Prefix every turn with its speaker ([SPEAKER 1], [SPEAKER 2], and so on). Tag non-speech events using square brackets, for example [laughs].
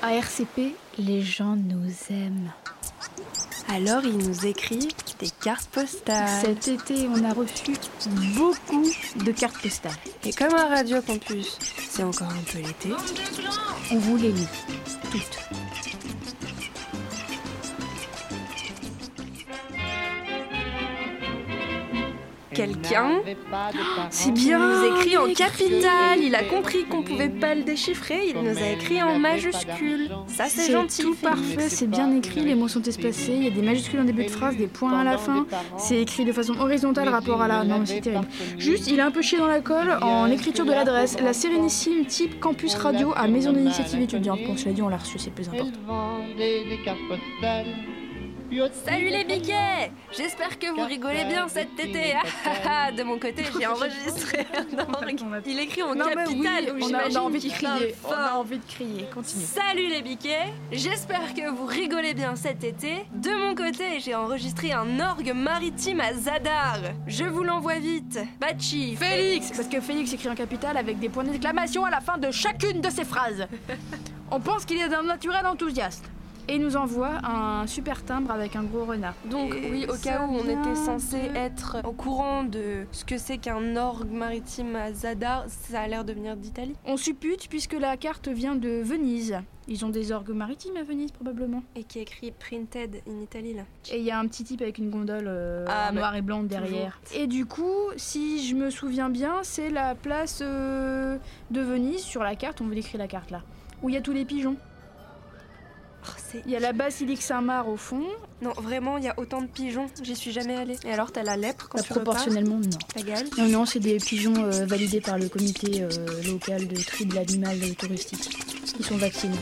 [SPEAKER 1] À RCP, les gens nous aiment.
[SPEAKER 2] Alors il nous écrit des cartes postales.
[SPEAKER 1] Cet été, on a reçu beaucoup de cartes postales.
[SPEAKER 2] Et comme à Radio Campus, c'est encore un peu l'été.
[SPEAKER 1] On vous les lit toutes.
[SPEAKER 2] Quelqu'un
[SPEAKER 3] Si
[SPEAKER 2] Il
[SPEAKER 1] bien.
[SPEAKER 2] nous écrit en capital, il a compris qu'on pouvait pas le déchiffrer, il nous a écrit en majuscule. Ça Bah, c'est gentil.
[SPEAKER 1] tout parfait, c'est bien écrit, les mots sont espacés, il y a des majuscules en début de phrase, des points à la fin. C'est écrit de façon horizontale rapport à la. Non, mais c'est terrible. Juste, il a un peu chié dans la colle en écriture de l'adresse. La sérénissime type Campus Radio à Maison d'Initiative étudiante. Bon, cela dit, on l'a reçu, c'est plus important.
[SPEAKER 2] Salut les biquets J'espère que vous rigolez bien cet été. Ah, ah, ah, de mon côté, j'ai enregistré
[SPEAKER 1] [laughs]
[SPEAKER 2] un orgue. Il écrit en capital, donc j'imagine qu'il parle fort.
[SPEAKER 1] envie de crier. Continue.
[SPEAKER 2] Salut les biquets, j'espère que vous rigolez bien cet été. De mon côté, j'ai enregistré un orgue maritime à Zadar. Je vous l'envoie vite. Bachi,
[SPEAKER 1] Félix Parce que Félix écrit en capital avec des points d'exclamation à la fin de chacune de ses
[SPEAKER 2] [laughs]
[SPEAKER 1] phrases. On pense qu'il est d'un naturel enthousiaste. Et il nous envoie un super timbre avec un gros renard.
[SPEAKER 2] Donc
[SPEAKER 1] Et
[SPEAKER 2] oui, au cas
[SPEAKER 1] ça
[SPEAKER 2] où on
[SPEAKER 1] vient
[SPEAKER 2] était censé
[SPEAKER 1] de-
[SPEAKER 2] être au courant de ce que c'est qu'un orgue maritime à Zadar, ça a l'air de venir d'Italie.
[SPEAKER 1] On suppute puisque la carte vient de Venise. Ils ont des orgues maritimes à Venise probablement.
[SPEAKER 2] Et qui écrit printed in Italy là.
[SPEAKER 1] Et il y a un petit type avec une gondole euh,
[SPEAKER 2] Ah,
[SPEAKER 1] en
[SPEAKER 2] bah,
[SPEAKER 1] noir et blanc derrière. Et du coup, si je me souviens bien, c'est la place euh, de Venise sur la carte, on vous décrit la carte là, où il y a tous les pigeons.
[SPEAKER 2] Oh, c'est-
[SPEAKER 1] Il y a la basilique Saint-Marc au fond.
[SPEAKER 2] Non, vraiment, il y a autant de pigeons, j'y suis jamais allée. Et alors, t'as la lèpre quand
[SPEAKER 1] Bah,
[SPEAKER 2] tu repars
[SPEAKER 1] proportionnellement, non.
[SPEAKER 2] La gale
[SPEAKER 1] Non, non, c'est des pigeons euh, validés par le comité euh, local de tri de l'animal touristique. Ils sont vaccinés.